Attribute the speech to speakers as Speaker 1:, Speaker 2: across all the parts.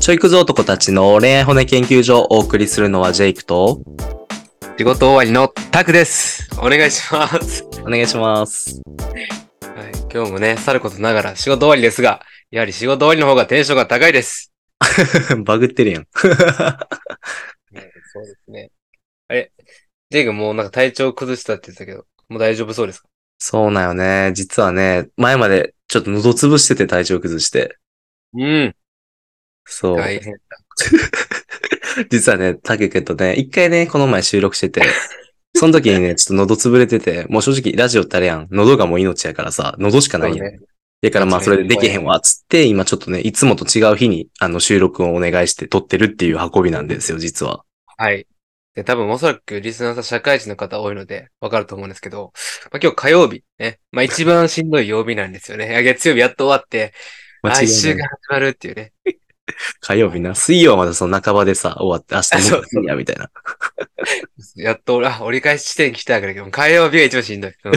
Speaker 1: ちょいくぞ男たちの恋愛骨研究所をお送りするのはジェイクと、
Speaker 2: 仕事終わりのタクです。お願いします。
Speaker 1: お願いします。
Speaker 2: はい、今日もね、さることながら仕事終わりですが、やはり仕事終わりの方がテンションが高いです。
Speaker 1: バグってるやん。
Speaker 2: そうですね。え、ジェイ君もうなんか体調崩したって言ってたけど、もう大丈夫そうですか
Speaker 1: そうなんよね。実はね、前までちょっと喉潰してて体調崩して。
Speaker 2: うん。
Speaker 1: そう。
Speaker 2: 大変。
Speaker 1: 実はね、タケケとね、一回ね、この前収録して て、その時にね、ちょっと喉潰れてて、もう正直ラジオってあれやん。喉がもう命やからさ、喉しかないやん。
Speaker 2: そうね
Speaker 1: だからまあそれでできへんわ、つって、今ちょっとね、いつもと違う日に、あの、収録をお願いして撮ってるっていう運びなんですよ、実は。
Speaker 2: はい。で、多分おそらくリスナーさん社会人の方多いので、わかると思うんですけど、まあ、今日火曜日、ね。まあ一番しんどい曜日なんですよね。いや月曜日やっと終わって、
Speaker 1: 間
Speaker 2: 来
Speaker 1: 違
Speaker 2: 週
Speaker 1: いない
Speaker 2: が始まるっていうね。
Speaker 1: 火曜日な。水曜はまだその半ばでさ、終わって、明日もういいや、みたいな。
Speaker 2: やっと、あ、折り返し地点来たからけど、火曜日が一番しんどい。うん
Speaker 1: 違い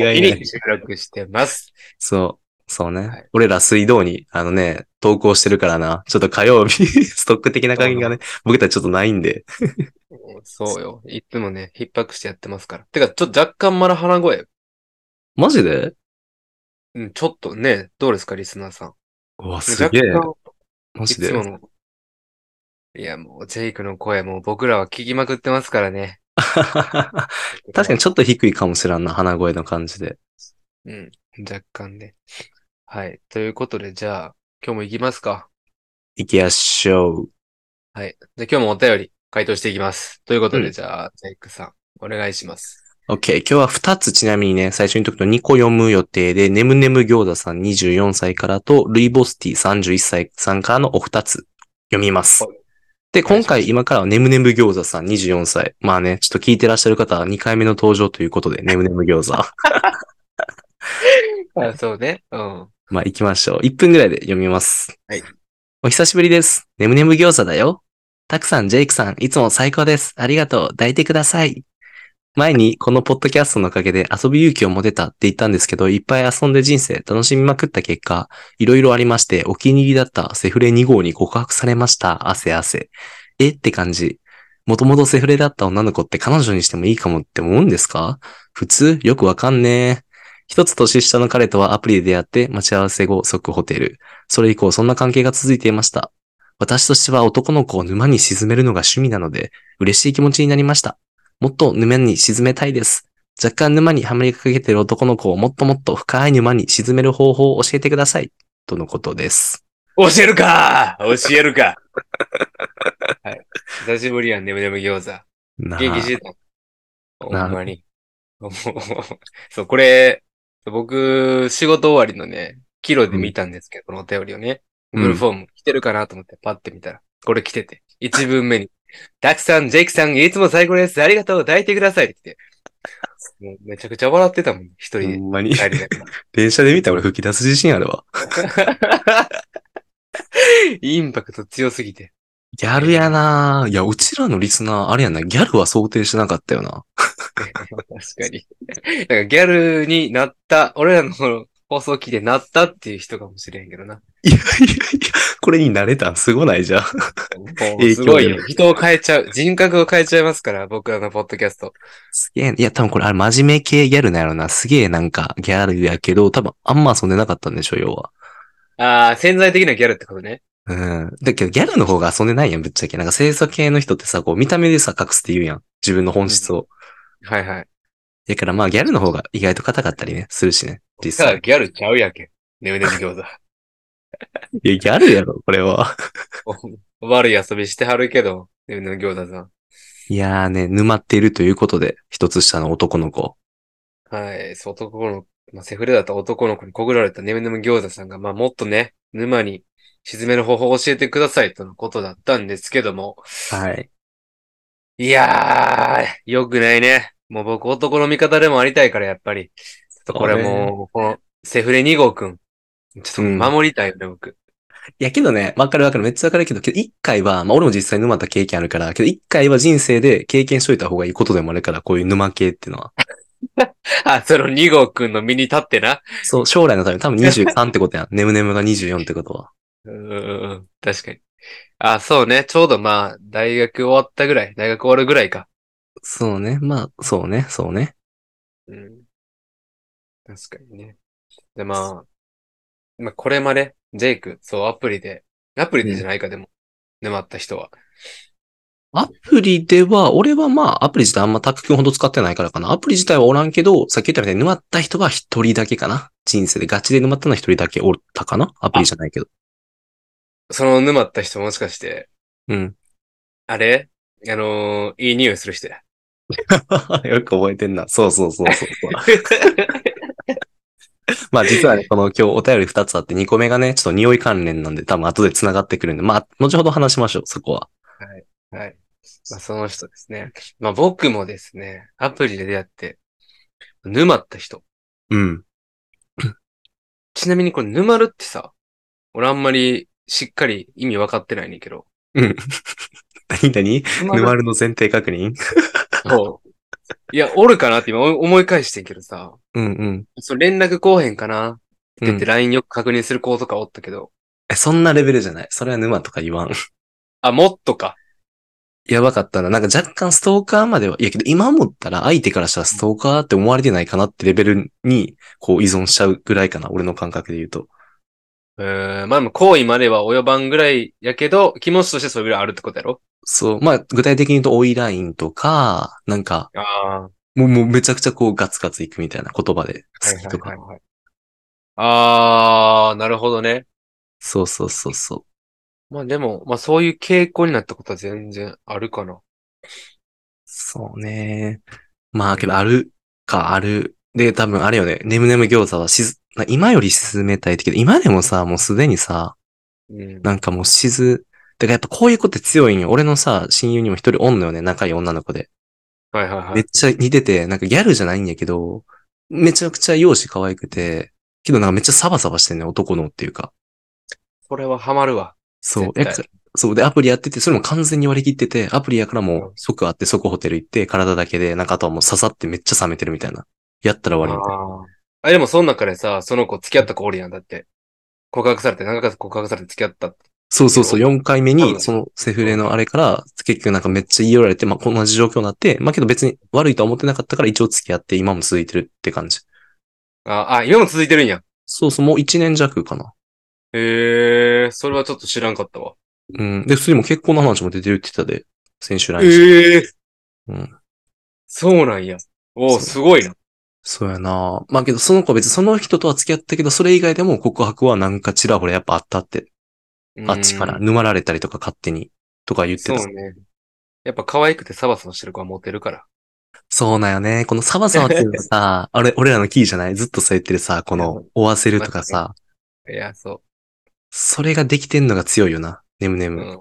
Speaker 1: な
Speaker 2: 日
Speaker 1: い
Speaker 2: に。収録してます。
Speaker 1: そう。そうね。
Speaker 2: はい
Speaker 1: 俺ら水道に、あのね、投稿してるからな。ちょっと火曜日、 ストック的な加減がね、僕たちちょっとないんで。
Speaker 2: そうよ。いつもね、逼迫してやってますから。てか、ちょっと若干まだ鼻声。
Speaker 1: マジで
Speaker 2: うん、ちょっとね、どうですか、リスナーさん。
Speaker 1: うわ、す
Speaker 2: 若
Speaker 1: げえ。
Speaker 2: 干、
Speaker 1: マ
Speaker 2: い
Speaker 1: ジ
Speaker 2: つ
Speaker 1: で
Speaker 2: も。の。いや、もう、ジェイクの声、もう僕らは聞きまくってますからね。
Speaker 1: 確かにちょっと低いかもしらんな、鼻声の感じで。
Speaker 2: うん、若干ね。はい。ということで、じゃあ、今日も行きますか。
Speaker 1: いきやっしょう。
Speaker 2: はい。じゃあ、今日もお便り、回答していきます。ということで、
Speaker 1: うん
Speaker 2: じゃあ、ジェイクさん、お願いします。
Speaker 1: OK。今日は2つちなみにね、最初に言っとくと2個読む予定で、ネムネム餃子さん24歳からと、ルイボスティ31歳さんからのお2つ読みます
Speaker 2: はい。
Speaker 1: で、
Speaker 2: お願い
Speaker 1: 今
Speaker 2: します
Speaker 1: 回今からはネムネム餃子さん24歳。まあね、ちょっと聞いてらっしゃる方は2回目の登場ということで、ネムネム餃子。
Speaker 2: あそうね。うん。
Speaker 1: まあ行きましょう。1分ぐらいで読みます。
Speaker 2: はい。
Speaker 1: お久しぶりです。ネムネム餃子だよ。たくさん、ジェイクさん、いつも最高です。ありがとう。抱いてください。前にこのポッドキャストのおかげで遊び勇気を持てたって言ったんですけど、いっぱい遊んで人生楽しみまくった結果、いろいろありまして、お気に入りだったセフレ2号に告白されました。汗汗。えって感じ。もともとセフレだった女の子って彼女にしてもいいかもって思うんですか普通よくわかんねえ。一つ年下の彼とはアプリで出会って待ち合わせ後即ホテル。それ以降そんな関係が続いていました。私としては男の子を沼に沈めるのが趣味なので、嬉しい気持ちになりました。もっと沼に沈めたいです。若干沼にはまりかけている男の子をもっともっと深い沼に沈める方法を教えてください。とのことです。
Speaker 2: 教えるか教えるかはい。久しぶりやん、ねむねむ餃
Speaker 1: な
Speaker 2: 子。
Speaker 1: あ
Speaker 2: 元気してたほ
Speaker 1: なん
Speaker 2: まに。 もうそう、これ、僕、仕事終わりのね、キロで見たんですけど、このお便りをね、
Speaker 1: うん
Speaker 2: Google フォーム来てるかなと思って、パッて見たら、これ来てて、一文目に、たくさん、ジェイクさん、いつも最高です。ありがとう。抱いてください。って来て。もうめちゃくちゃ笑ってたもん、一
Speaker 1: ほ
Speaker 2: 人
Speaker 1: んまに
Speaker 2: で。帰りながら。
Speaker 1: 電車で見たら俺吹き出す自信あるわ。
Speaker 2: インパクト強すぎて。
Speaker 1: ギャルやないや、うちらのリスナー、あれやな、ギャルは想定してなかったよな。
Speaker 2: 確かに。なんかギャルになった、俺らの放送機でなったっていう人かもしれんけどな。
Speaker 1: いやいやいや、これに慣れたんすごないじゃん。
Speaker 2: もうすごいよ。人を変えちゃう。人格を変えちゃいますから、僕らのポッドキャスト。
Speaker 1: すげえ、いや、多分これあれ真面目系ギャルなんやろな。すげえなんかギャルやけど、多分あんま遊んでなかったんでしょ、要は。
Speaker 2: ああ、潜在的なギャルってことね。
Speaker 1: うん。だけどギャルの方が遊んでないやん、ぶっちゃけ。なんか清楚系の人ってさ、こう見た目でさ、隠すって言うやん。自分の本質を。
Speaker 2: はいはい。
Speaker 1: だからまあギャルの方が意外と硬かったりね、するしね。実
Speaker 2: さあ、
Speaker 1: 際。
Speaker 2: ギャルちゃうやんけ。ねむねむ餃子。
Speaker 1: いや、ギャルやろ、これは。
Speaker 2: お悪い遊びしてはるけど、ねむねむ餃子さん。
Speaker 1: いやーね、沼っているということで、一つ下の男の子。
Speaker 2: はい、そう、男の、まあ、セフレだった男の子にこぐられたネムネム餃子さんが、まあ、もっとね、沼に沈める方法を教えてくださいとのことだったんですけども。
Speaker 1: はい。
Speaker 2: いやー、よくないね。もう僕男の味方でもありたいから、やっぱり。ちょっとこれはもう、この、セフレ2号くん。ちょっと守りたいよね、僕。
Speaker 1: いやけどね、わかるわかる、めっちゃわかるけど、けど一回は、まあ俺も実際沼った経験あるから、けど一回は人生で経験しといた方がいいことでもあるから、こういう沼系っていうのは。
Speaker 2: あ、その2号くんの身に立ってな。
Speaker 1: そう、将来のために多分23ってことやん。ネムネムが24ってことは。
Speaker 2: うんうんうん、確かに。あ、そうね。ちょうどまあ、大学終わったぐらい。大学終わるぐらいか。
Speaker 1: そうね。まあ、そうね、そうね。
Speaker 2: うん。確かにね。で、まあ、まあ、これまで、ジェイク、そう、アプリで、アプリでじゃないか、でも、沼った人は。
Speaker 1: アプリでは、俺はまあ、アプリ自体あんまタク君ほど使ってないからかな。アプリ自体はおらんけど、さっき言ったみたいに沼った人は一人だけかな。人生でガチで沼ったのは一人だけおったかなアプリじゃないけど。
Speaker 2: その沼った人もしかして、
Speaker 1: うん。
Speaker 2: あれあのーいい匂いする 人や。
Speaker 1: よく覚えてんな。そうそうそうそうそう。まあ実はね、この今日お便り2つあって2個目がね、ちょっと匂い関連なんで多分後で繋がってくるんで、まあ後ほど話しましょう、そこは。
Speaker 2: はい。まあ、その人ですね。まあ、僕もですね、アプリで出会って、沼った人。
Speaker 1: うん。
Speaker 2: ちなみにこれ、沼るってさ、俺あんまりしっかり意味分かってないねんけど。
Speaker 1: うん。何何
Speaker 2: 沼
Speaker 1: 沼
Speaker 2: る
Speaker 1: るの前提確認
Speaker 2: そういや、おるかなって今思い思い返してんけどさ、
Speaker 1: うんうん。
Speaker 2: そう連絡こうへんかなって言って
Speaker 1: うん
Speaker 2: LINE よく確認する子とかおったけど、
Speaker 1: えそんなレベルじゃない。それは沼とか言わん。
Speaker 2: あ、もっとか。
Speaker 1: やばかったな。なんか若干ストーカーまでは、いやけど今思ったら相手からしたらストーカーって思われてないかなってレベルにこう依存しちゃうぐらいかな。俺の感覚で言うと。
Speaker 2: うーん、まあでも行為までは及ばんぐらいやけど、気持ちとしてそれぐらいあるってことやろ
Speaker 1: そう。まあ具体的に言うと追いラインとか、なんか
Speaker 2: あ
Speaker 1: もうもうめちゃくちゃこうガツガツいくみたいな言葉で
Speaker 2: あ、
Speaker 1: 好きとか。
Speaker 2: はいはいはいはい。ああ、なるほどね。
Speaker 1: そうそうそうそ
Speaker 2: まあでも、まあそういう傾向になったことは全然あるかな。
Speaker 1: う。そうね。まあ、けど、あるか、ある。で、多分、あれよね。ねむねむ餃子はしず、な今より沈めたいってけど、今でもさ、もうすでにさ、
Speaker 2: うん。
Speaker 1: なんかもう沈、てかやっぱこういう子って強いんよ。俺のさ、親友にも一人おんのよね。仲いい女の子で。
Speaker 2: はいはいは
Speaker 1: めっ
Speaker 2: い。
Speaker 1: ちゃ似てて、なんかギャルじゃないんやけど、めちゃくちゃ容姿可愛くて、けどなんかめっちゃサバサバしてんね、男のっていうか。
Speaker 2: これはハマるわ。
Speaker 1: そう。
Speaker 2: 絶対
Speaker 1: やそう。で、アプリやってて、それも完全に割り切ってて、アプリやからもう即会って即ホテル行って、体だけで、なんかあとはもう刺さってめっちゃ冷めてるみたいな。やったら終わりみたいな。
Speaker 2: ああ。あ、でもその中でさ、その子付き合った子おるやん。だって。告白されて、長か告白されて付き合ったって。
Speaker 1: そうそうそう、4回目
Speaker 2: 多
Speaker 1: に、
Speaker 2: 分
Speaker 1: そのセフレのあれから、結局なんかめっちゃ言い寄られて、まあ、こんな状況になって、まあけど別に悪いとは思ってなかったから一応付き合って、今も続いてるって感じ。
Speaker 2: ああ、今も続いてるんや。
Speaker 1: そうそう、もう1年弱かな。
Speaker 2: へえ、それはちょっと知らんかったわ。
Speaker 1: うん。で、普通にもう結婚の話も出てるって言ってたで、先週 LINE して
Speaker 2: ええ
Speaker 1: うん。
Speaker 2: そうなんや。お
Speaker 1: そう
Speaker 2: お、すごいな。
Speaker 1: そうやなまあけど、その子は別にその人とは付き合ったけど、それ以外でも告白はなんかちらほらやっぱあったってあっちから
Speaker 2: うん
Speaker 1: 沼られたりとか勝手にとか言って
Speaker 2: そ
Speaker 1: た。
Speaker 2: う
Speaker 1: そう
Speaker 2: ね。やっぱ可愛くてサバサバしてる子はモテるから。
Speaker 1: なんよね。このサバサバっていうの さ、あれ、俺らのキーじゃないずっとそう言ってるさ、この追わせるとかさ、
Speaker 2: いや、そ
Speaker 1: それができてんのが強いよな。ねむね
Speaker 2: う。う
Speaker 1: む。
Speaker 2: ん。
Speaker 1: い
Speaker 2: やっ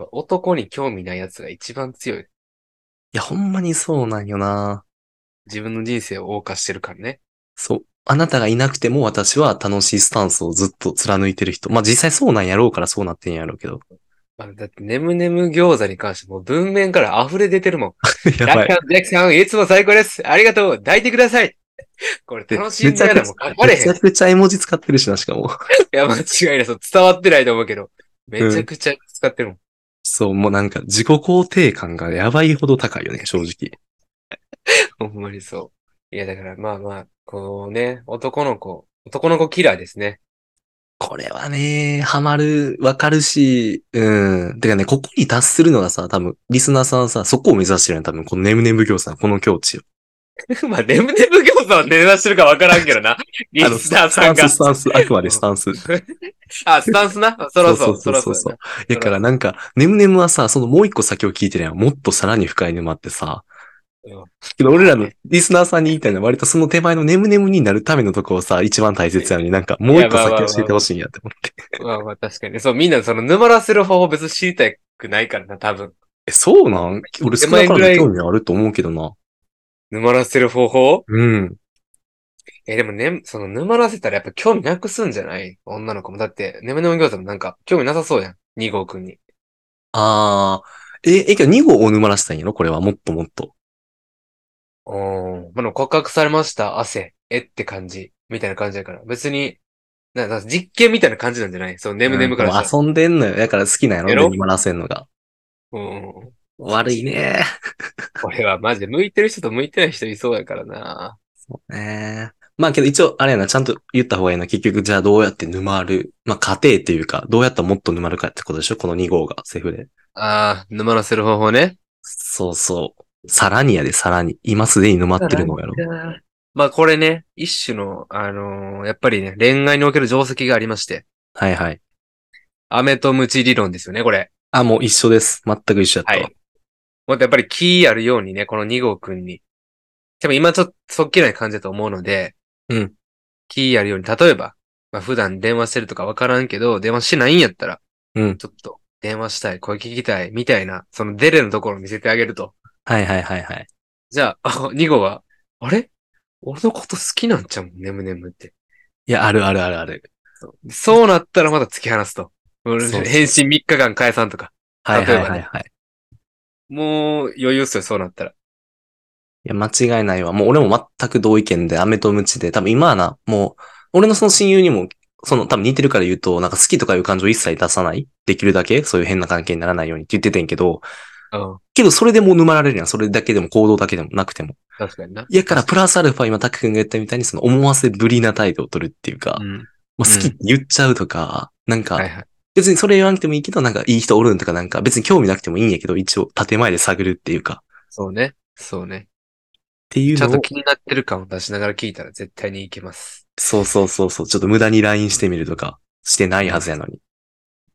Speaker 2: ぱ男に興味ないやつが一番強い。
Speaker 1: や、ほんまにそうなんよな。
Speaker 2: 自分の人生を謳歌してるからね。
Speaker 1: そう。あなたがいなくても私は楽しいスタンスをずっと貫いてる人。まあ実際そうなんやろうからそうなってんやろうけど。
Speaker 2: まあ、だって、ネムネム餃子に関してもう文面から溢れ出てるもん。
Speaker 1: やばい。
Speaker 2: ジャックさん、ジャックさん、いつも最高です。ありがとう。抱いてください。 これ楽しんでやでも書かれ
Speaker 1: め
Speaker 2: へ
Speaker 1: ち
Speaker 2: ん。
Speaker 1: ゃ
Speaker 2: い
Speaker 1: くちゃ絵文字使ってるしな、しかも。
Speaker 2: や、間違いない。そう、伝わってないと思うけど。めちゃくちゃ使ってるもん。
Speaker 1: そう、もうなんか自己肯定感がやばいほど高いよね、正直。
Speaker 2: ほん まにそう。いや、だからまあまあ、こうね、男の子、男の子キラーですね。
Speaker 1: これはね、ハマる、わかるし、うん。てかね、ここに達するのがさ、多分、リスナーさんさ、そこを目指してるの多分、このネムネム行さん、この境地よ。
Speaker 2: まあ、レムネム餃子は狙わしてるかわからんけどな。リ
Speaker 1: あの
Speaker 2: スナーさんが。
Speaker 1: スタンス、 スタンス、あくまでスタンス。
Speaker 2: あ、スタンス な。そろそ
Speaker 1: そう
Speaker 2: ろ、そろ
Speaker 1: そ
Speaker 2: そうろ
Speaker 1: そう
Speaker 2: そ
Speaker 1: そう。だからなんか、ネムネムはさ、そのもう一個先を聞いてるやん。もっとさらに深い沼ってさ
Speaker 2: うん。
Speaker 1: けど俺らのリスナーさんに言いたいのは割とその手前のネムネムになるためのとこをさ、一番大切やのになんかもう一個先教えてほしいんやって思って。
Speaker 2: まあまあ、確かに。そう、みんなその沼らせる方法別に知りたくないからな、多分。
Speaker 1: え、そうなん俺少なからず興味あると思うけどな。
Speaker 2: 沼らせる方法
Speaker 1: うん。
Speaker 2: え、でもね、その沼らせたらやっぱ興味なくすんじゃない女の子も。だって、ネムネム餃子もなんか興味なさそうやん。二号くんに。
Speaker 1: ああ、え、え、けど2号を沼らしたんやろこれは、もっともっと。
Speaker 2: うん。まあ、でも告白されました、汗、えって感じ、みたいな感じだから。別に、ななんか実験みたいな感じなんじゃないそのネムネムからしたら。
Speaker 1: もう遊んでんのよ。だから好きなんやろ
Speaker 2: やろ
Speaker 1: 根にまらせんのが。
Speaker 2: うん。
Speaker 1: 悪いね。
Speaker 2: これはマジで向いてる人と向いてない人いそうやからな。
Speaker 1: ねえまあけど一応、あれやな、ちゃんと言った方がいいな。結局、じゃあどうやって沼る。まあ、過程っていうか、どうやったらもっと沼るかってことでしょこの2号が、セフレ。
Speaker 2: ああ、沼らせる方法ね。
Speaker 1: そうそう。さらにやで、さらに。今すでに沼ってるのやろ。
Speaker 2: まあこれね、一種の、あのーやっぱりね、恋愛における定石がありまして、
Speaker 1: はいはい。
Speaker 2: 飴とムチ理論ですよね、これ。
Speaker 1: あ、もう一緒です。全く一緒やったわ。
Speaker 2: はいもっとやっぱり気あるようにね、この2号くんに。でも今ちょっとそっけない感じだと思うので、
Speaker 1: うん。
Speaker 2: 気あるように、例えば、まあ普段電話してるとかわからんけど、電話しないんやったら、
Speaker 1: うん。
Speaker 2: ちょっと電話したい、声聞きたい、みたいな、そのデレのところを見せてあげると。
Speaker 1: はいはいはいはい。
Speaker 2: じゃあ、2号 は、あれ俺のこと好きなんちゃうもん、ねむねむって。
Speaker 1: いや、あるあるあるある。
Speaker 2: そうなったらまだ突き放すと。俺
Speaker 1: そう
Speaker 2: 返信3日間返さんとか。
Speaker 1: はいはい
Speaker 2: 例えば
Speaker 1: はい
Speaker 2: ね
Speaker 1: はい。
Speaker 2: もう余裕っすよ、そうなったら。
Speaker 1: いや、間違いないわ。もう俺も全く同意見で、飴とムチで、多分今はな、もう、俺のその親友にも、その多分似てるから言うと、なんか好きとかいう感情一切出さない。できるだけ、そういう変な関係にならないようにって言っててんけど、
Speaker 2: うん。
Speaker 1: けどそれでもう沼られるやん。それだけでも行動だけでもなくても。
Speaker 2: 確かにな。
Speaker 1: いやから、プラスアルファ今タック君が言ったみたいに、その思わせぶりな態度を取るっていうか、
Speaker 2: うん。
Speaker 1: もう好きって言っちゃうとか、なんか、
Speaker 2: はいはい。
Speaker 1: 別にそれ言わなくてもいいけど、なんかいい人おるんとかなんか、別に興味なくてもいいんやけど、一応建前で探るっていうか、っ
Speaker 2: そうね。そうね。
Speaker 1: ていう
Speaker 2: ちゃ
Speaker 1: の
Speaker 2: ん
Speaker 1: を
Speaker 2: と気になってる感を出しながら聞いたら絶対にいけます。
Speaker 1: そうそうそうそう。ちょっと無駄に LINE してみるとか、してないはずやのに。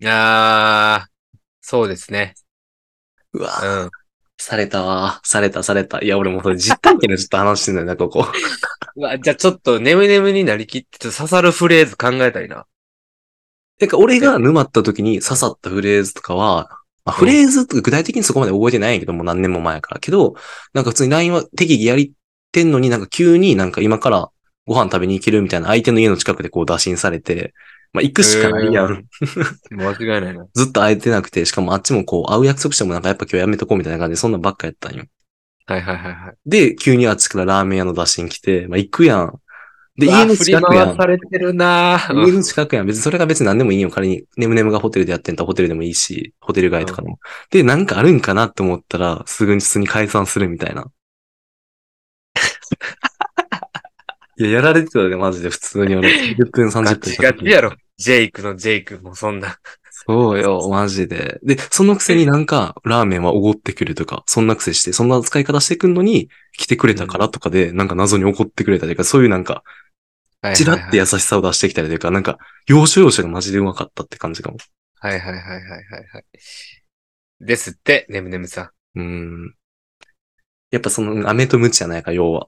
Speaker 2: あー、そうですね。
Speaker 1: うわ、
Speaker 2: うん。
Speaker 1: されたわ。された、された。いや、俺もうそれ実体 験でちょっと話してんだよな、ここ。
Speaker 2: うわ、じゃあちょっと、眠眠になりきって、ちょっと刺さるフレーズ考えたいな。
Speaker 1: てか、俺が沼った時に刺さったフレーズとかは、まあ、フレーズとか具体的にそこまで覚えてないんやけど、もう何年も前やから。けど、なんか普通に LINE は適宜やりてんのになんか急になんか今からご飯食べに行けるみたいな相手の家の近くでこう打診されて、まあ行くしかないやん。
Speaker 2: へー間違いないな。
Speaker 1: ずっと会えてなくて、しかもあっちもこう会う約束してもなんかやっぱ今日やめとこうみたいな感じでそんなんばっかやったんよ。
Speaker 2: はいはいはいはい。
Speaker 1: で、急にあっちからラーメン屋の打診来て、まあ行くやん。で、
Speaker 2: うわ
Speaker 1: 家の近くや
Speaker 2: 振り回
Speaker 1: ん。
Speaker 2: されてるなー
Speaker 1: 家の近くやん。別にそれが別に何でもいいよ。仮に、ネムネムがホテルでやってんとホテルでもいいし、ホテル街とかでも。で、なんかあるんかなって思ったら、すぐに普通に解散するみたいな。 いや、やられてたね、マジで。普通に俺。10分、30分。
Speaker 2: ガチガチやろ。ジェイクのジェイクもそんな。
Speaker 1: そうよ、マジで。で、そのくせになんか、ラーメンはおごってくるとか、そんなくせして、そんな使い方してくんのに、来てくれたからとかで、なんか謎に怒ってくれたというか、そういうなんか、ちらって優しさを出してきたりというか、なんか、要所要所がマジでうまかったって感じかも。
Speaker 2: はいはいはいはいはいはい。ですって、ねむねむさ
Speaker 1: うん。やっぱその、飴とムチじゃないか、要は。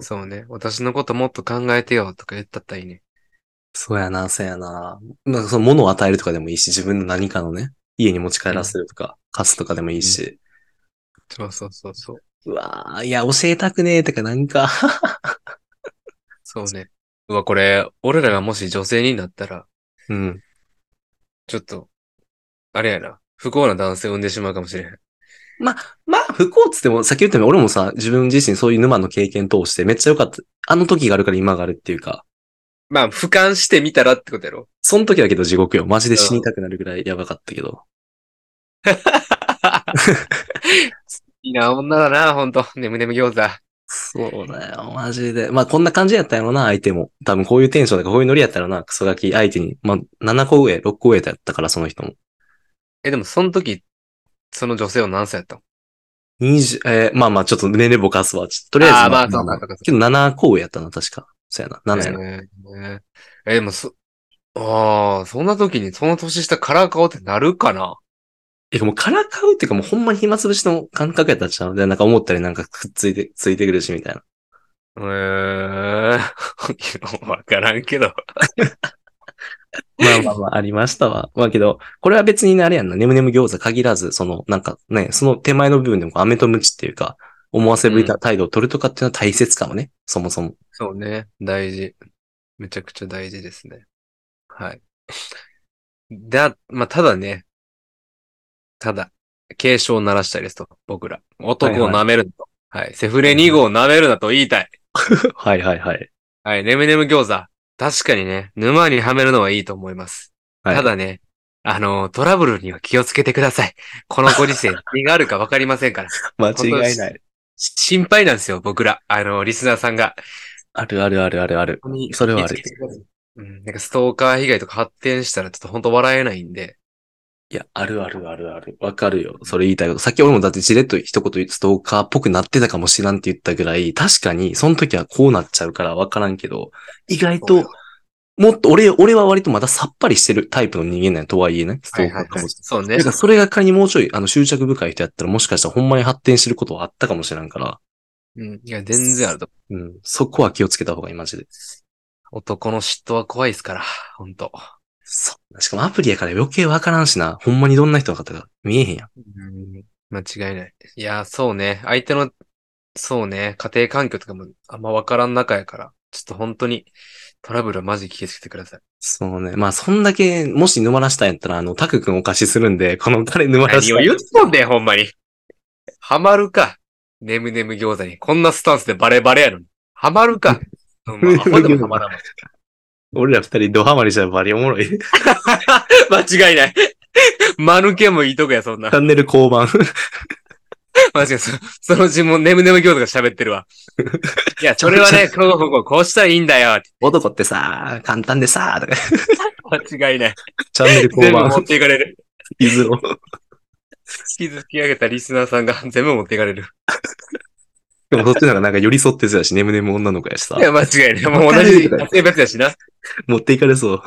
Speaker 2: ん。そうね。私のこともっと考えてよとか言ったったらいいね。
Speaker 1: そうやな、そうやな。なんかその物を与えるとかでもいいし、自分の何かのね、家に持ち帰らせるとか、貸すとかでもいいし。
Speaker 2: そうそうそうそう。
Speaker 1: うわぁ、いや、教えたくねえとか、なんか、
Speaker 2: そうね。うわ、これ、俺らがもし女性になったら、
Speaker 1: うん。
Speaker 2: ちょっと、あれやな。不幸な男性を産んでしまうかもしれへん。
Speaker 1: まあ、不幸っつっても、さっき言ったように俺もさ、自分自身そういう沼の経験通してめっちゃ良かった。あの時があるから今があるっていうか、
Speaker 2: まあ、俯瞰してみたらってことやろ。
Speaker 1: その時だけど地獄よ。マジで死にたくなるぐらいやばかったけど。
Speaker 2: いいな、女だな、ほんと。ねむねむ餃子。
Speaker 1: そうだよ、マジで。まあ、こんな感じやったやろな、相手も。多分こういうテンションだから、こういうノリやったらな、クソガキ相手に。まあ、7個上、6個上だったから、その人も。
Speaker 2: え、でも、その時、その女性は何歳やったの
Speaker 1: 20、えーまあまあ、ちょっと年齢ぼかすわ。ちょっととりあえず。
Speaker 2: あーまあそうかそうか
Speaker 1: けど7個上やったな、確か。そうやな、7やな。
Speaker 2: えーえーでもそ、ああ、そんな時にその年下カラー顔ってなるかな
Speaker 1: え、もうからかうっていうか、もうほんまに暇つぶしの感覚やったんちゃうで、なんか思ったりなんかくっついて、ついてくるし、みたいな。
Speaker 2: ええー、わからんけど。
Speaker 1: まあまあまあ、ありましたわ。まあけど、これは別にねあれやんな、ネムネム餃子限らず、その、なんかね、その手前の部分でもこう、飴とムチっていうか、思わせぶりな態度を取るとかっていうのは大切かもね、そもそも。
Speaker 2: そうね。大事。めちゃくちゃ大事ですね。はい。だ、まあ、ただね。ただ、警鐘を鳴らしたいですと、僕ら。男を舐めるなと。はい、セフレ2号を舐めるなと言いたい。
Speaker 1: はいはいはい。
Speaker 2: はい。ネムネム餃子。確かにね、沼にはめるのはいいと思います。
Speaker 1: はい
Speaker 2: ただね、あの、トラブルには気をつけてください。このご時 世、何があるかわかりませんから。
Speaker 1: 間。
Speaker 2: 違いないし心配なんですよ、僕ら。あの、リスナーさんが。
Speaker 1: あるあるあるあるある。
Speaker 2: 本当に
Speaker 1: それはある
Speaker 2: 気をつけてくださいうん、なんかストーカー被害とか発展したらちょっと本当笑えないんで。
Speaker 1: いや、あるあるあるある。わかるよ。それ言いたいこと。さっき俺もだってじれっと一言ストーカーっぽくなってたかもしらんって言ったぐらい、確かにその時はこうなっちゃうからわからんけど、意外と、もっと俺、俺は割とまださっぱりしてるタイプの人間なんやとはいえね、スト
Speaker 2: はい
Speaker 1: ーカ
Speaker 2: はい
Speaker 1: ーか
Speaker 2: は
Speaker 1: も
Speaker 2: い。
Speaker 1: し
Speaker 2: そう
Speaker 1: れな
Speaker 2: ね
Speaker 1: い。。なんかそれが仮にもうちょい、あの、執着深い人やったらもしかしたらほんまに発展してることはあったかもしれんから、
Speaker 2: うん。いや、全然あると。
Speaker 1: うん、そこは気をつけた方がいい、マジで。
Speaker 2: 男の嫉妬は怖いですから、本当
Speaker 1: そう。しかもアプリやから余計わからんしな、ほんまにどんな人の方が見えへんやん。
Speaker 2: うん間違いない。いや、そうね。相手の、そうね。家庭環境とかもあんまわからん中やから、ちょっと本当にトラブルはマジ気をつけてください。
Speaker 1: そうね。まあ、そんだけ、もし沼らしたんやったら、あの、タク君お貸しするんで、この彼沼らし
Speaker 2: 何
Speaker 1: た。
Speaker 2: を言っとんねん、ほんまに。ハマるか。ネムネム餃子に。こんなスタンスでバレバレやのに。ハマるか。 ほんまアホでもハマらんわ
Speaker 1: 俺ら二人ドハマりしたらバリおもろい。 チ
Speaker 2: 間違いない。間抜けもいいとこや、そん な。
Speaker 1: ャンネル降板。
Speaker 2: マジで、そその自分、ネムネム餃子が喋ってる わ。いや、それはね、こうこうこう、こうしたらいいんだよ。
Speaker 1: 男ってさ、簡単でさ、とか、
Speaker 2: 間違いない。
Speaker 1: チャンネル降
Speaker 2: 全部持
Speaker 1: 板。
Speaker 2: っていかれる。
Speaker 1: 譲ろう。
Speaker 2: 傷つき上げたリスナーさん が全部持っていかれる。
Speaker 1: でもそっちの方がなんか寄り添ってそうやし、眠眠女の子やしさ
Speaker 2: い、や、間違いない。もう同じ性別やしな。
Speaker 1: 持っていかれそう。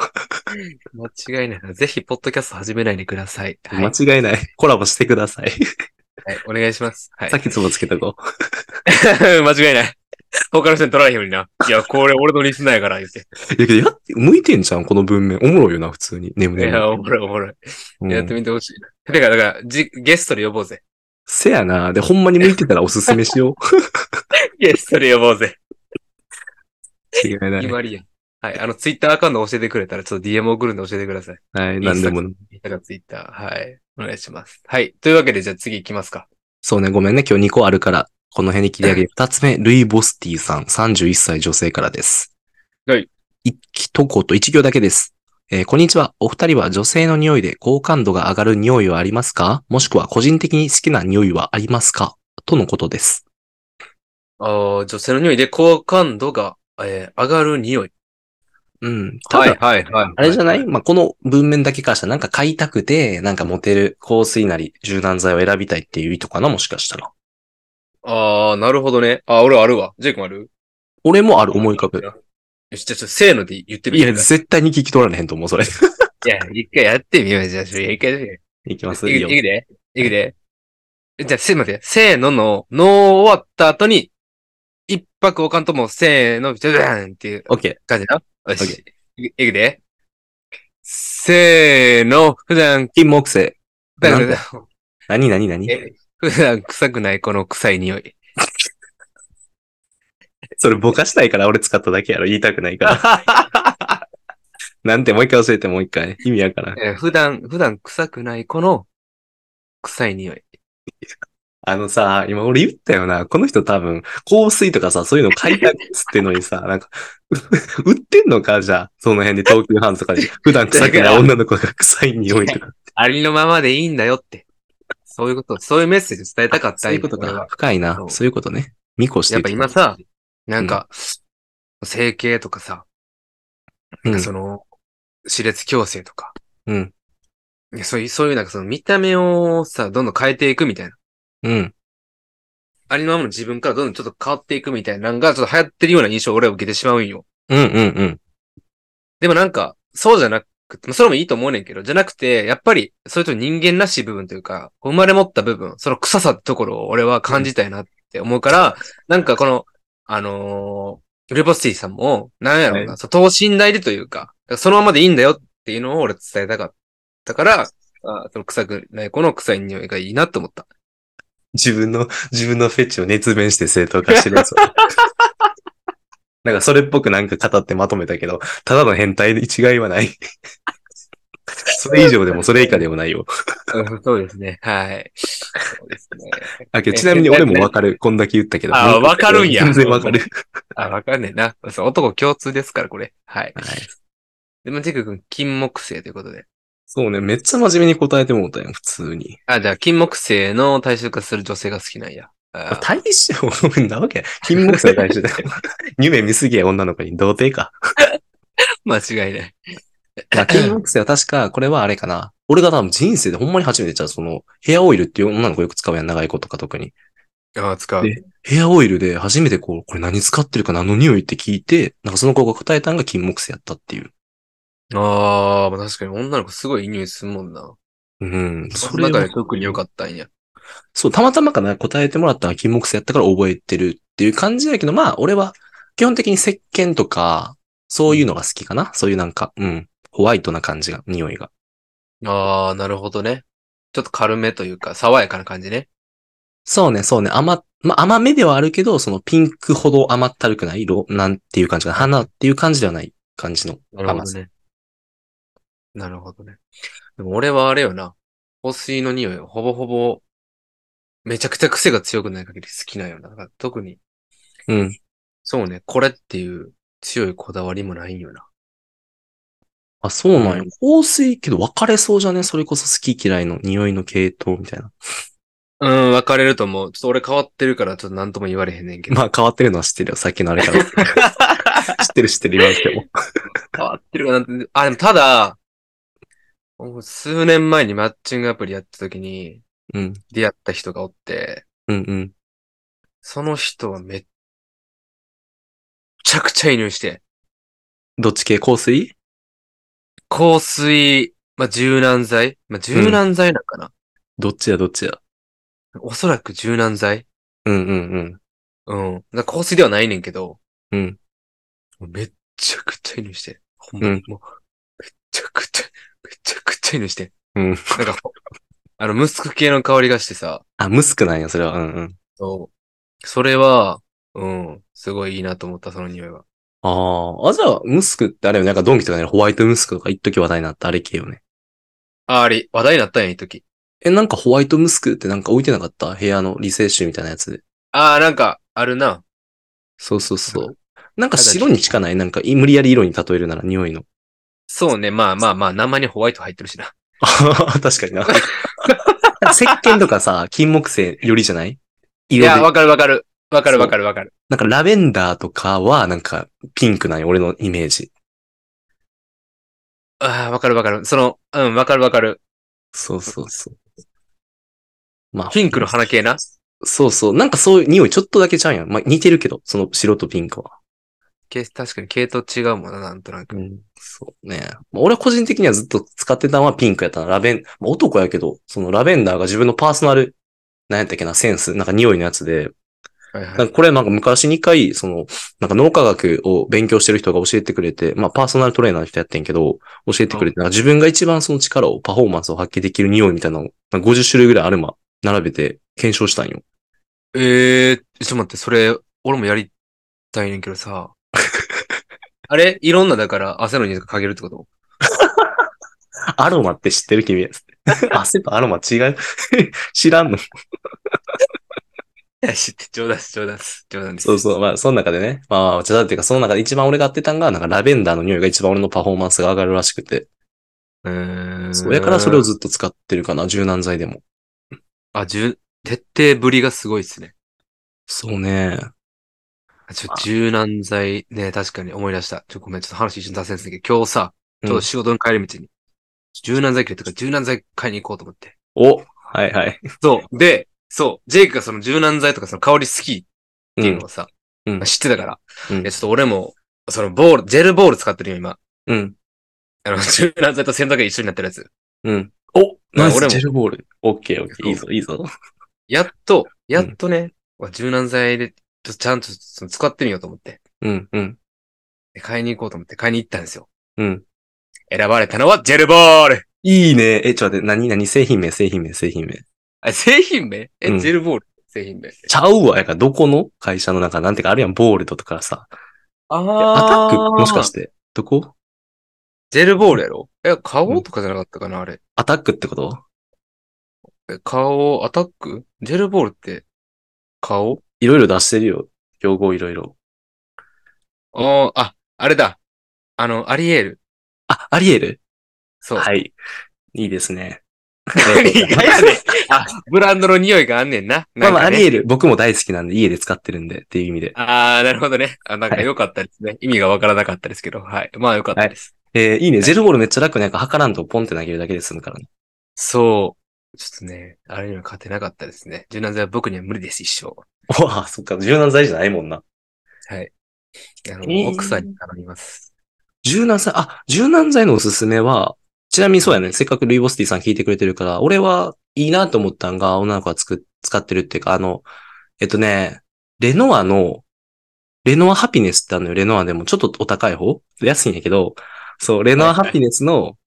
Speaker 2: 間違いないな。ぜひ、ポッドキャスト始めないでください。はい。はい、
Speaker 1: 間違いない。コラボしてください。
Speaker 2: お願いします。はい
Speaker 1: さ。っきつぼつけとこう。
Speaker 2: 間違いない。他の人に取られへんようにな。いや、これ俺のリスナーやから、言って。
Speaker 1: いやけど、やって、向いてんじゃん、この文面。おもろいよな、普通に。眠
Speaker 2: い
Speaker 1: 眠。
Speaker 2: や、おもろいおもろい。
Speaker 1: うん
Speaker 2: やってみてほしいな。てか、だから、じ、ゲストで呼ぼうぜ。
Speaker 1: せやな。で、ほんまに向いてたらおすすめし よ
Speaker 2: ゲストで呼ぼうぜ。
Speaker 1: う。違いない
Speaker 2: 決。まりやん。はい。あの、ツイッターアカウント教えてくれたら、ちょっと DM 送るんで教えてください。
Speaker 1: はい、なんでも。
Speaker 2: だからツイッター。はい。お願いします。はい。というわけで、じゃあ次行きますか。
Speaker 1: そうね、ごめんね。今日2個あるから、この辺に切り上げ る。2つ目、ルイ・ボスティさん、31歳女性からです。
Speaker 2: はい。
Speaker 1: 一言と一行だけです。えーこんにちは。お二人は女性の匂いで好感度が上がる匂いはありますかもしくは個人的に好きな匂いはありますかとのことです。
Speaker 2: ああ、女性の匂いで好感度が、えー上がる匂い。
Speaker 1: うん。ただ、
Speaker 2: はい、はい
Speaker 1: あれじゃないまあ、この文面だけからしたらなんか買いたくて、なんかモテる香水なり柔軟剤を選びたいっていう意図かなもしかしたら。
Speaker 2: ああ、なるほどね。あー俺あるわ。ジェイ君ある
Speaker 1: 俺もある思い浮かぶ。
Speaker 2: よし、じゃあちょっとせーので言ってみ
Speaker 1: い
Speaker 2: て
Speaker 1: や、
Speaker 2: くださ
Speaker 1: 絶対に聞き取られへんと思う、それ。
Speaker 2: い。いや、一回やってみよう。じゃあ、それ一回やってみよ
Speaker 1: いきま
Speaker 2: う
Speaker 1: す。
Speaker 2: い
Speaker 1: いい
Speaker 2: く
Speaker 1: よ
Speaker 2: いくでいくでじゃあ、せーので、せーのの、の終わった後に、一泊おかんともせーの、じゃじゃんっていう
Speaker 1: オッケー。
Speaker 2: 感じな。よ
Speaker 1: オッ
Speaker 2: し。いくいくでせーの、普段、
Speaker 1: 金木犀。なんだ
Speaker 2: 普
Speaker 1: 何何何
Speaker 2: え段臭くないこの臭い匂い。
Speaker 1: それぼかしたいから俺使っただけやろ。言いたくないから。 なんてもう一回教えてもう一回。意味やからん。
Speaker 2: えー普段、普段臭くないこの臭い匂い。
Speaker 1: あのさ、今俺言ったよな。この人多分、香水とかさ、そういうの買いたいっつってんのにさ、 なんか、 売ってんのかじゃあ、その辺で東急ハンズとかで。 普段臭くない女の子が臭い匂いとか。
Speaker 2: ありのままでいいんだよって。そういうこと、そういうメッセージ伝えたかった
Speaker 1: そ
Speaker 2: ん
Speaker 1: うい
Speaker 2: よ
Speaker 1: うこと
Speaker 2: 俺は
Speaker 1: か。深いな
Speaker 2: そ。う
Speaker 1: そういうことね。見越して
Speaker 2: やっぱ今さ、なんか、整形とかさ、
Speaker 1: うん
Speaker 2: なんかその、歯列矯正とか。
Speaker 1: うん。
Speaker 2: いやそういう、そういうなんかその見た目をさ、どんどん変えていくみたいな。
Speaker 1: うん。
Speaker 2: ありのままの自分からどんどんちょっと変わっていくみたいなのが、ちょっと流行ってるような印象を俺は受けてしまうんよ。
Speaker 1: うんうんうん。
Speaker 2: でもなんか、そうじゃなくて、まあそれもいいと思うねんけど、じゃなくて、やっぱり、それと人間らしい部分というか、こう生まれ持った部分、その臭さってところを俺は感じたいなって思うから、なんかこの、あのー、ルボスティさんも、なんやろうな、そう等身大でというか、そのままでいいんだよっていうのを俺伝えたかったから、あその臭くない子の臭い匂いがいいなと思った。
Speaker 1: 自分の、自分のフェチを熱弁して正当化してるやつ。 なんかそれっぽくなんか語ってまとめたけど、ただの変態で一概はない。それ以上でもそれ以下でもないよ。
Speaker 2: うんそうですね。はい。そうですね。
Speaker 1: あけどちなみに俺もわかる。こんだけ言ったけど。
Speaker 2: あわかるんや
Speaker 1: 全然わかる。
Speaker 2: あ、わかんねえな。そう、男共通ですから、これ。はい。
Speaker 1: はい
Speaker 2: でも、ジェク君、金木星ということで。
Speaker 1: そうね、めっちゃ真面目に答えてもうたやん、普通に。
Speaker 2: あ、じゃあ、金木星の大衆化する女性が好きなんや。あ
Speaker 1: 大将 なわけ金木犀の大 将だよ。夢見すぎや女の子に童貞か。
Speaker 2: 間違いない。
Speaker 1: まあ、金木犀は確か、これはあれかな。俺が多分人生でほんまに初めてじゃあその、ヘアオイルっていう女の子よく使うやん、長い子とか特に。
Speaker 2: ああ、使う。
Speaker 1: でヘアオイルで初めてこう、これ何使ってるか何の匂いって聞いて、なんかその子が答えたんが金木犀やったっていう。
Speaker 2: ああ、まあ確かに女の子すごいいい匂いするもんな。
Speaker 1: うん。
Speaker 2: そ
Speaker 1: そ
Speaker 2: の
Speaker 1: れ
Speaker 2: 中
Speaker 1: が
Speaker 2: で、特に良かったんや。
Speaker 1: そう、たまたまかな、答えてもらったのは金木犀やったから覚えてるっていう感じやけど、まあ、俺は基本的に石鹸とか、そういうのが好きかな。そういうなんか、うん。ホワイトな感じが、匂いが。
Speaker 2: ああ、なるほどね。ちょっと軽めというか、爽やかな感じね。
Speaker 1: そうね、そうね。甘、まあ、甘めではあるけど、そのピンクほど甘ったるくない色、なんていう感じかな。花っていう感じではない感じの
Speaker 2: なるほ
Speaker 1: 甘
Speaker 2: ど
Speaker 1: さ。
Speaker 2: ね。なるほどね。でも俺はあれよな。香水の匂い、ほぼほぼ、めちゃくちゃ癖が強くない限り好きなんよな。だから特に、
Speaker 1: うん。
Speaker 2: そうね、これっていう強いこだわりもないんよな。
Speaker 1: あ、そうなんや
Speaker 2: う。
Speaker 1: 香水けど分かれそうじゃねそれこそ好き嫌いの匂いの系統みたいな。
Speaker 2: うん、分かれると思う。ちょっと俺変わってるから、ちょっと何とも言われへんねんけど。
Speaker 1: まあ変わってるのは知ってるよ。さっきのあれから。知ってる知ってる言われても。
Speaker 2: 変わってるかなって。あ、でもただ、もう数年前にマッチングアプリやった時に
Speaker 1: うん。
Speaker 2: 出会った人がおって、
Speaker 1: うんうん。
Speaker 2: その人はめっちゃくちゃいい匂いして、
Speaker 1: どっち系香水
Speaker 2: 香水、まあ、柔軟剤まあ、柔軟剤なんかな、
Speaker 1: どっちやどっちや。
Speaker 2: おそらく柔軟剤
Speaker 1: うんうんうん。
Speaker 2: うん。だから香水ではないねんけど、
Speaker 1: うん。
Speaker 2: めっちゃくちゃいい匂いして。ほんま
Speaker 1: う
Speaker 2: に
Speaker 1: ん
Speaker 2: もう、めっちゃくちゃ、めっちゃくちゃいい匂いして。
Speaker 1: うん
Speaker 2: なんか、あの、ムスク系の香りがしてさ、
Speaker 1: あ、ムスクなんや、それは。うんうん。
Speaker 2: そう。それは、うん、すごいいいなと思った、その匂いは。
Speaker 1: ああ。あ、じゃあ、ムスクってあれよね。なんかドンキとかね、ホワイトムスクとか一時話題になったあれ系よね。
Speaker 2: あ、あれ、話題になったんや、一時。
Speaker 1: え、なんかホワイトムスクってなんか置いてなかった部屋の理性集みたいなやつで。
Speaker 2: ああ、なんか、あるな。
Speaker 1: そうそうそう。なんか白に近ないなんかい無理やり色に例えるなら匂いの。
Speaker 2: そうね、まあまあまあ、生にホワイト入ってるしな。
Speaker 1: 確かにな。石鹸とかさ、金木犀よりじゃない
Speaker 2: い
Speaker 1: 色で
Speaker 2: や、わかるわかる。わかるわかるわかる。
Speaker 1: なんかラベンダーとかはなんかピンクなんよ、俺のイメージ。
Speaker 2: ああ、わかるわかる。その、うん、わかるわかる。
Speaker 1: そうそうそう。まあ、
Speaker 2: ピンクの花系な。
Speaker 1: そうそう。なんかそういう匂いちょっとだけちゃうんやん。まあ、似てるけど、その白とピンクは。
Speaker 2: け確かに系統違うもんな、なんとなく。
Speaker 1: うん。そうね。まあ、俺は個人的にはずっと使ってたのはピンクやったな。ラベン、まあ、男やけど、そのラベンダーが自分のパーソナル、なんやったっけな、センス、なんか匂いのやつで、
Speaker 2: はい
Speaker 1: なんかこれなんか昔2回、その、なんか脳科学を勉強してる人が教えてくれて、まあパーソナルトレーナーの人やってんけど、教えてくれて、なんか自分が一番その力を、パフォーマンスを発揮できる匂いみたいなのを、なんか50種類ぐらいあるま、並べて検証したんよ。
Speaker 2: ええー、ちょっと待って、それ、俺もやりたいねんけどさ。 あれいろんな、だから、汗の匂いとか嗅げるってこと
Speaker 1: アロマって知ってる君 汗とアロマ違う 知らんの
Speaker 2: いや、知って、冗談です、冗談です、冗談です。
Speaker 1: そうそう。まあ、その中でね。まあまあ、じゃあ、っていうか、その中で一番俺が合ってたんが、なんかラベンダーの匂いが一番俺のパフォーマンスが上がるらしくて。
Speaker 2: うーん。
Speaker 1: そう。やからそれをずっと使ってるかな、柔軟剤でも。
Speaker 2: あ、じゅ、徹底ぶりがすごいっすね。
Speaker 1: そうね。
Speaker 2: あちょ、柔軟剤ね、確かに思い出した。ちょ、ごめん、ちょっと話一緒に出せんすけど、今日さ、ちょっと仕事の帰り道に、柔軟剤くれたから柔軟剤買いに行こうと思って。
Speaker 1: おはいはい。
Speaker 2: そう。で、そう、ジェイクがその柔軟剤とかその香り好きっ
Speaker 1: う
Speaker 2: ていうの
Speaker 1: ん。
Speaker 2: をさ、
Speaker 1: うん
Speaker 2: 知ってたから、
Speaker 1: うん
Speaker 2: いやちょっと俺も、そのボール、ジェルボール使ってるよ、今。
Speaker 1: うん。
Speaker 2: あの、 柔軟剤と洗濯機一緒になってるやつ。
Speaker 1: うん。おナイス
Speaker 2: 俺も
Speaker 1: ジェルボール。オッケーオッケー。いいぞ、いいぞ。
Speaker 2: やっと、やっとね、柔軟剤で、ちょっとちゃんとその使ってみようと思って、
Speaker 1: うん、うん、
Speaker 2: で買いに行こうと思って買いに行ったんですよ。
Speaker 1: うん。
Speaker 2: 選ばれたのはジェルボール
Speaker 1: いいね。え、ちょ、待って、何、何、製品名、製品名、製品名。
Speaker 2: あ、製品名え、
Speaker 1: うん
Speaker 2: ジェルボール製品名。
Speaker 1: ちゃうわ。やから、どこの会社の中、なんていうか、あるやん、ボールドとかさ。
Speaker 2: あ。
Speaker 1: アタックもしかしてて。どこ
Speaker 2: ジェルボールやろえ、顔とかじゃなかったかな、あれ。
Speaker 1: アタックってこと
Speaker 2: え顔、アタックジェルボールって、顔
Speaker 1: いろいろ出してるよ。用語いろいろ。
Speaker 2: ああ、あ、あれだ。あの、アリエール。
Speaker 1: あ、アリエル
Speaker 2: そう。
Speaker 1: はい。いいです ね。
Speaker 2: 何がやねんあ、ブランドの匂いがあんねんな。
Speaker 1: まあまあ、アリ
Speaker 2: エ
Speaker 1: エル、僕も大好きなんで、家で使ってるんで、っていう意味で。
Speaker 2: あー、なるほどね。あ、なんか良かったですね。意味がわからなかったですけど。はい。まあ良かったです。
Speaker 1: えーいいね。ジェルボールめっちゃ楽なんか測らんとポンって投げるだけで済むからね。
Speaker 2: そう。ちょっとね、あれには勝てなかったですね。柔軟剤は僕には無理です、一生。
Speaker 1: うわあ、そっか。柔軟剤じゃないもんな。
Speaker 2: あの、
Speaker 1: えー
Speaker 2: 奥さんに頼みます。
Speaker 1: 柔軟剤、あ、柔軟剤のおすすめは、ちなみにそうやね。せっかくルイボスティーさん聞いてくれてるから、俺はいいなと思ったんが、女の子がつく使ってるっていうか、あの、えっとね、レノアの、レノアハピネスってあるのよ。レノアでもちょっとお高い方安いんやけど、そう、レノアハピネスの、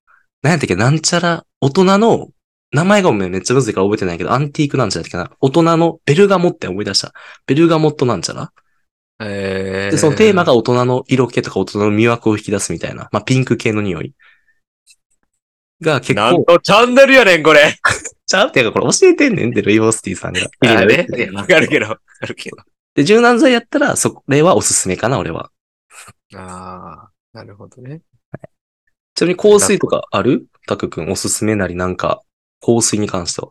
Speaker 1: なんやったっけ、なんちゃら、大人の、名前がごめんめっちゃむずいから覚えてないけど、アンティークなんちゃらだっけな。大人のベルガモって思い出した。ベルガモットなんちゃら
Speaker 2: え
Speaker 1: で、そのテーマが大人の色気とか大人の魅惑を引き出すみたいな、まあ、ピンク系の匂い。が結
Speaker 2: なん
Speaker 1: 構、
Speaker 2: とチャンネルやねん、これ。
Speaker 1: ちゃうっていうかこれ教えてんねんって、ルイボスティーさんが。
Speaker 2: あね。いやわかるけど。わかるけど。
Speaker 1: で、柔軟剤やったら、それはおすすめかな、俺は。
Speaker 2: あー、なるほどね。
Speaker 1: ちなみに香水とかあるタク君おすすめなりなんか、香水に関しては。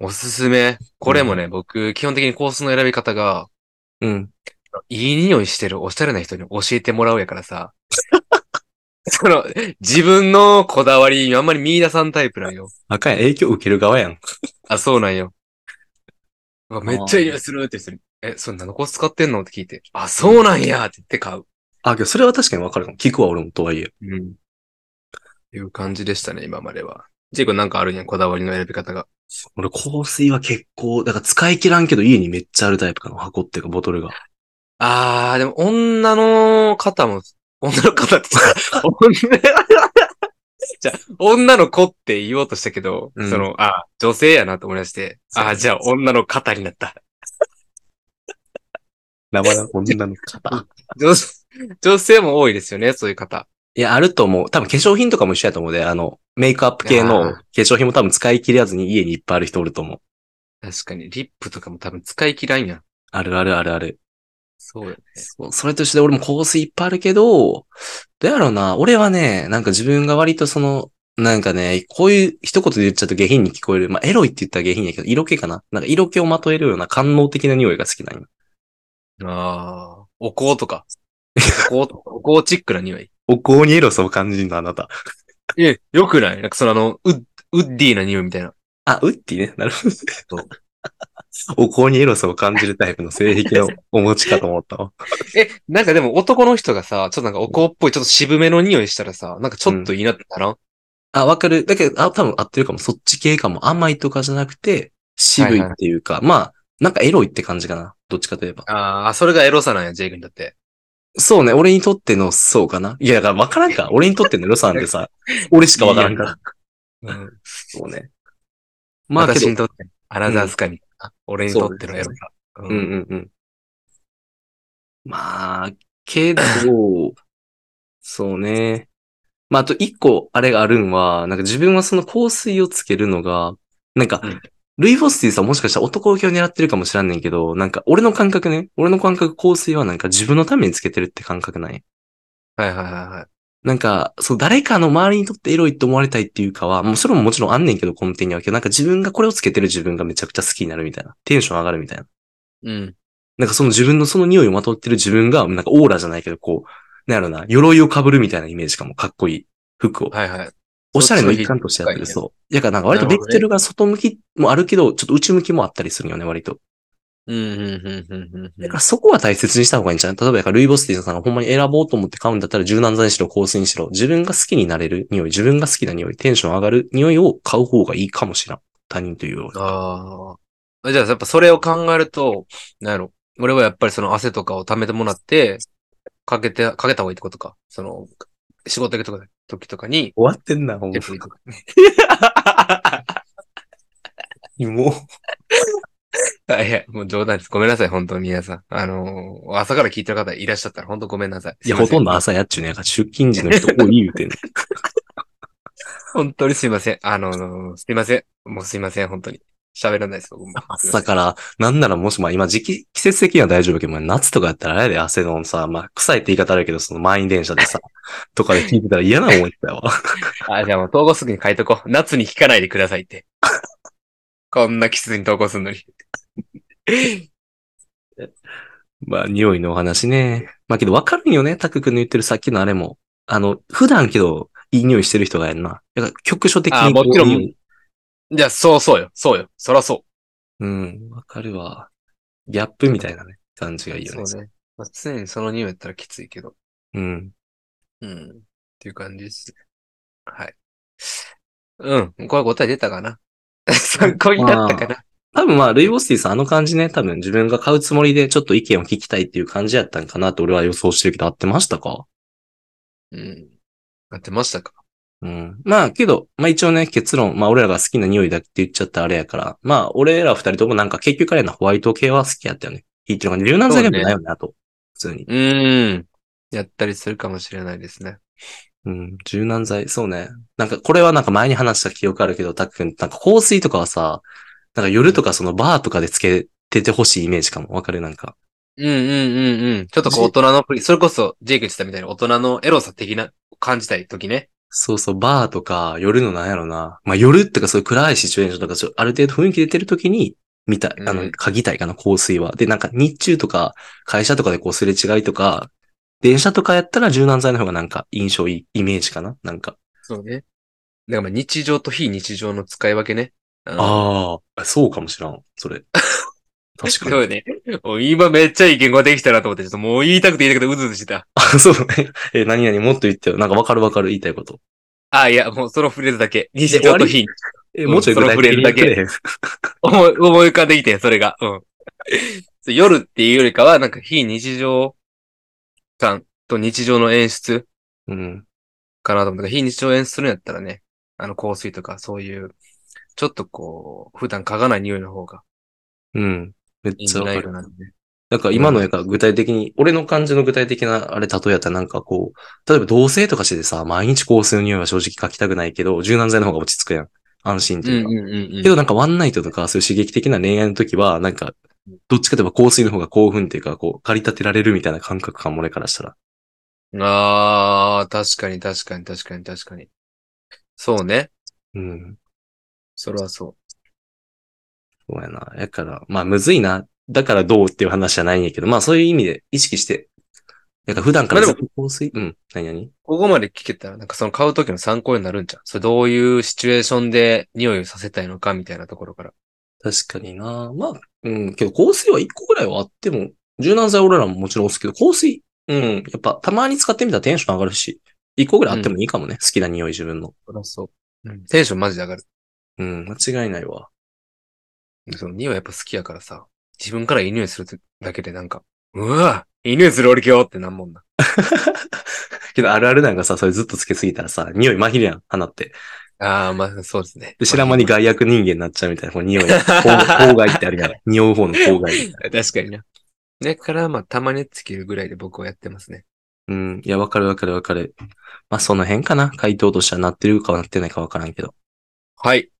Speaker 2: おすすめ。これもね、僕、基本的に香水の選び方が、
Speaker 1: うん。
Speaker 2: いい匂いしてるおしゃれな人に教えてもらうやからさ。 その、自分のこだわり、あんまり見出さんタイプなんよ。
Speaker 1: 赤やん、影響受ける側やん。
Speaker 2: あ、そうなんよ。うわめっちゃいい匂いするって人に、え、それ何のコース使ってんのって聞いて、あ、そうなんやって言って買う。
Speaker 1: あ、けどそれは確かにわかるの。聞くわ、俺もとはいえ。
Speaker 2: うん。いう感じでしたね、今までは。ジェイコなんかあるんやん、こだわりの選び方が。
Speaker 1: 俺、香水は結構、だから使い切らんけど家にめっちゃあるタイプかな。箱っていうか、ボト ルが。
Speaker 2: あー、でも女の方も、女の方って さ、女、じゃあ女の子って言おうとしたけど、
Speaker 1: うん
Speaker 2: その、あ、女性やなと思い出して、
Speaker 1: そう
Speaker 2: あ、じゃあ女の方になった。
Speaker 1: 生な女の方。
Speaker 2: 女女性も多いですよね、そういう方。
Speaker 1: いや、あると思う。多分化粧品とかも一緒やと思うで、あの、メイクアップ系
Speaker 2: あ
Speaker 1: の
Speaker 2: ー
Speaker 1: 化粧品も多分使い切らずに家にいっぱいある人おると思う。
Speaker 2: 確かに、リップとかも多分使い切らんやん。
Speaker 1: あるあるあるある。
Speaker 2: そうよね。
Speaker 1: そうそれとして俺も香水いっぱいあるけど、どうやろうな。俺はね、なんか自分が割とその、なんかね、こういう一言で言っちゃうと下品に聞こえる。まあ、エロいって言ったら下品やけど、色気かななんか色気をまとえるような官能的な匂いが好きなんよ
Speaker 2: ああ、お香とか。お香、お香チックな匂い。
Speaker 1: お香にエロさを感じるの、あなた。
Speaker 2: え、よくないなんかそのあの、ウッ、ウッディーな匂いみたいな。
Speaker 1: あ、ウッディね。なるほど
Speaker 2: う。
Speaker 1: お香にエロさを感じるタイプの性癖のお持ちかと思ったわ。
Speaker 2: え、なんかでも男の人がさ、ちょっとなんかお香っぽい、ちょっと渋めの匂いしたらさ、なんかちょっといいなってならん、
Speaker 1: あ、わかる。だけど、あ、多分合ってるかも。そっち系かも。甘いとかじゃなくて、渋いっていうか、まあ、なんかエロいって感じかな。どっちかといえば。
Speaker 2: ああ、それがエロさなんや、ジェイ君だって。
Speaker 1: そうね。俺にとっての、そうかな。いや、だからわからんか。俺にとってのエロさなんて さ、俺しかわからんから。
Speaker 2: うん。
Speaker 1: そうね。まあ、け
Speaker 2: 私に
Speaker 1: ど、
Speaker 2: とって、アナザースカミ、あ俺にとってのエロさ。う
Speaker 1: うん
Speaker 2: ん。
Speaker 1: うんうん。まあ、けど、 そうね。まあ、あと一個あれがあるんは、なんか自分はその香水をつけるのが、なんか、
Speaker 2: うん
Speaker 1: ルイ・ボスティさんもしかしたら男受けを狙ってるかもしらんねんけど、なんか俺の感覚ね、俺の感覚香水はなんか自分のためにつけてるって感覚ない。
Speaker 2: はいはいはいはい。
Speaker 1: なんか、そう、誰かの周りにとってエロいって思われたいっていうかは、もうそれももちろんあんねんけど、根底にはけど、なんか自分がこれをつけてる自分がめちゃくちゃ好きになるみたいな。テンション上がるみたいな。
Speaker 2: うん。
Speaker 1: なんかその自分のその匂いをまとってる自分が、なんかオーラじゃないけど、こう、なんやろな、鎧を被るみたいなイメージかも、かっこいい服を。
Speaker 2: はいはい。
Speaker 1: おしゃれの一環としてやってる、
Speaker 2: そ
Speaker 1: そう。やからなんか割とベクトルが外向きもあるけど、ちょっと内向きもあったりするよね、割と。
Speaker 2: うんうんうんうんうんう
Speaker 1: だ
Speaker 2: ん
Speaker 1: から。そこは大切にした方がいいんじゃない例えば、だからルイボスティーさんがほんまに選ぼうと思って買うんだったら柔軟剤にしろ、香水にしろ、自分が好きになれる匂い、自分が好きな匂い、テンション上がる匂いを買う方がいいかもしらん。他人というより。
Speaker 2: ああ。じゃあ、やっぱそれを考えると、なんやろ。俺はやっぱりその汗とかを溜めてもらって、かけて、かけた方がいいってことか。その、仕事行くとか時とかに、
Speaker 1: 終わってんな、ほん
Speaker 2: やっぱいいとか
Speaker 1: に。もう。
Speaker 2: はいや、もう冗談です。ごめんなさい、本当に皆さん。あのー朝から聞いてる方いらっしゃったら本当ごめんなさい。
Speaker 1: いや、ほとん
Speaker 2: ど。
Speaker 1: ど朝やっちゅうね。なんか出勤時の人多い言うてんね。
Speaker 2: 本当にすいません。あのーすいません。もうすいません、本当に。喋らないです、僕も。
Speaker 1: 朝から、なんならもしまあ今時期、季節的には大丈夫だけど、まあ夏とかやったらあれで汗のさ、まあ臭いって言い方あるけど、その満員電車 でさ、とかで聞いてたら嫌な思いしたよ。
Speaker 2: あ、じゃあもう統合すぐに書いとこう。夏に聞かないでくださいって。 こんな季節に投稿するのに。
Speaker 1: まあ匂いのお話ね。まあけどわかるんよね、タク君の言ってるさっきのあれも。あの、普段けど、いい匂いしてる人がやんな。だから局所的に
Speaker 2: あもちろん
Speaker 1: いい匂い
Speaker 2: じゃあ、そうそうよ。そうよ。そらそ
Speaker 1: うん、わかるわ。ギャップみたいなね、感じが
Speaker 2: う。
Speaker 1: いいよね。
Speaker 2: そうね。まあ、常にその匂いやったらきついけど。
Speaker 1: うん。
Speaker 2: うん。っていう感じですね。はい。うん。これ答え出たかな 参考になったかな
Speaker 1: 多分まあ、ルイボスティーさんあの感じね、多分自分が買うつもりでちょっと意見を聞きたいっていう感じやったんかなって俺は予想してるけど、合ってましたか
Speaker 2: うん。合ってましたか
Speaker 1: うん。まあ、けど、まあ一応ね、結論、まあ俺らが好きな匂いだって言っちゃったあれやから、まあ俺ら二人ともなんか結局彼のホワイト系は好きやったよね。いいっていうのが柔軟剤でもないよね、あと。普通に。
Speaker 2: うーん。やったりするかもしれないですね。
Speaker 1: うん。柔軟剤、そうね。なんかこれはなんか前に話した記憶あるけど、たっくん、なんか香水とかはさ、なんか夜とかそのバーとかでつけててほしいイメージかも。わかるなんか。
Speaker 2: うんうんうんうん。ちょっとこう大人のプリ、それこそジェイク言ってたみたいに大人のエロさ的な感じたい時ね。
Speaker 1: そうそう、バーとか、夜のなんやろな。まあ夜ってかそういう暗いシチュエーションとか、ちょある程度雰囲気出てる時に、見たい、あ
Speaker 2: う
Speaker 1: の、
Speaker 2: ん
Speaker 1: 嗅ぎたいかな、香水は。で、なんか日中とか、会社とかでこうすれ違いとか、電車とかやったら柔軟剤の方がなんか印象いい、イメージかななんか。
Speaker 2: そうね。だからまあ日常と非日常の使い分けね。あ
Speaker 1: ああ、そうかもしらん、そ れ。
Speaker 2: あ、
Speaker 1: 確
Speaker 2: そ
Speaker 1: かに。
Speaker 2: うね。お今めっちゃいい言語できたなと思って、ちょっともう言いたくて言いたくてうずうずしてた。
Speaker 1: あ、そうね。え、何々もっと言ってよ。なんかわかるわかる言いたいこと。
Speaker 2: ああ、いや、もうそのフレーズだけ。日常と非。
Speaker 1: え、
Speaker 2: うん
Speaker 1: もうちょい具体的に言ってくれへん。
Speaker 2: 思い、 思い浮かんできてん、それが。うん。 そう夜っていうよりかは、なんか非日常感と日常の演出。
Speaker 1: うん。
Speaker 2: かなと思ったけど非日常を演出するんやったらね、あの香水とかそういう、ちょっとこう、普段嗅がない匂いの方が
Speaker 1: うん。めっ
Speaker 2: いいん
Speaker 1: ち
Speaker 2: じ
Speaker 1: ゃ
Speaker 2: ゃ
Speaker 1: わ
Speaker 2: な
Speaker 1: か
Speaker 2: い
Speaker 1: る
Speaker 2: か。なってね。
Speaker 1: なんか今の絵が具体的に、俺の感じの具体的なあれ例えやったらなんかこう、例えば同性とかしててさ、毎日香水の匂いは正直書きたくないけど、柔軟剤の方が落ち着くやん。安心と
Speaker 2: う
Speaker 1: いうんか。
Speaker 2: うんうんうん。
Speaker 1: けどなんかワンナイトとかそういう刺激的な恋愛の時は、なんか、どっちかといえば香水の方が興奮っていうか、こう、駆り立てられるみたいな感覚かも俺からしたら。
Speaker 2: あー、確かに確かに確かに確かに。そうね。
Speaker 1: うん。
Speaker 2: それはそ
Speaker 1: そうやな。やから、まあむずいな。だからどうっていう話じゃないんやけど、まあそういう意味で意識して、なんか普段から
Speaker 2: ま
Speaker 1: ず
Speaker 2: あ
Speaker 1: っ
Speaker 2: で
Speaker 1: と香水、うん、何々
Speaker 2: う。ここまで聞けたら、なんかその買う時の参考になるんじゃん。それどういうシチュエーションで匂いをさせたいのかみたいなところから。
Speaker 1: 確かにな。まあ、うん、けど香水は一個ぐらいはあっても、柔軟剤俺らももちろん押すけど、香水、うん、やっぱたまに使ってみたらテンション上がるし、一個ぐらいあってもいいかもね。好きな匂い自分の。
Speaker 2: それはそう。うん。テンションマジで上がる。
Speaker 1: うん、間違いないわ。
Speaker 2: その匂いやっぱ好きやからさ、自分からいい匂いするだけでなんか、うわいい匂いする俺今日ってなんもんな。
Speaker 1: けどあるあるなんかさ、それずっとつけすぎたらさ、匂いまひるやん、鼻って。
Speaker 2: ああ、まあ、そうですね。
Speaker 1: で、知らん間に害悪人間になっちゃうみたいな、この 匂い。妨害ってあるやん。匂 う方の妨害。
Speaker 2: 確かにな。だから、まあ、たまにつけるぐらいで僕はやってますね。
Speaker 1: うん、いや、わかるわかるわかる。まあ、その辺かな。回答としてはなってるかなってないかわからんけど。
Speaker 2: はい。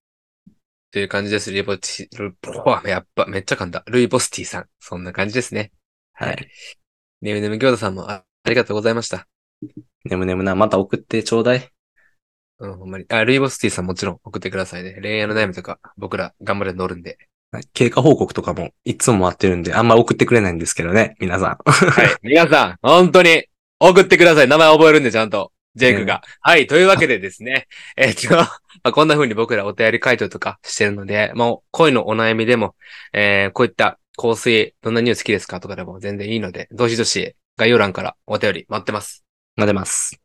Speaker 2: という感じです。ルイボチ、ルボわやっぱ、めっちゃ噛んだ。ルイボスティさん。そんな感じですね。
Speaker 1: はい。
Speaker 2: ねむねむ餃子さんもあありがとうございました。
Speaker 1: ねむねむな、また送ってちょうだい。
Speaker 2: うん、ほんまに。あ、ルイボスティさんもちろん送ってくださいね。恋愛の悩みとか、僕ら頑張れ乗るんで。
Speaker 1: はい経過報告とかもいつも待ってるんで、あんま送ってくれないんですけどね、皆さん。
Speaker 2: はい。皆さん、本当に、送ってください。名前覚えるんで、ちゃんと。ジェイクが。はい。というわけでですね。 えっと、まあ、こんな風に僕らお便り回答とかしてるので、まあ、恋のお悩みでも、えー、こういった香水、どんなニュース好きですかとかでも全然いいので、どしどし概要欄からお便り待ってます。
Speaker 1: 待ってます。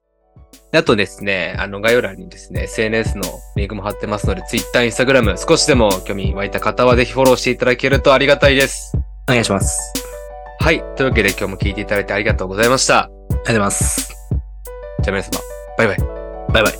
Speaker 2: であとですね、あの概要欄にですね、SNS のリンクも貼ってますので、Twitter、Instagram、少しでも興味湧いた方はぜひフォローしていただけるとありがたいです。
Speaker 1: お願いします。あ
Speaker 2: はい。というわけで今日も聞いていただいてありがとうございました。
Speaker 1: りがとうございます。
Speaker 2: じゃあ皆様、バイバイ。
Speaker 1: バイバイ。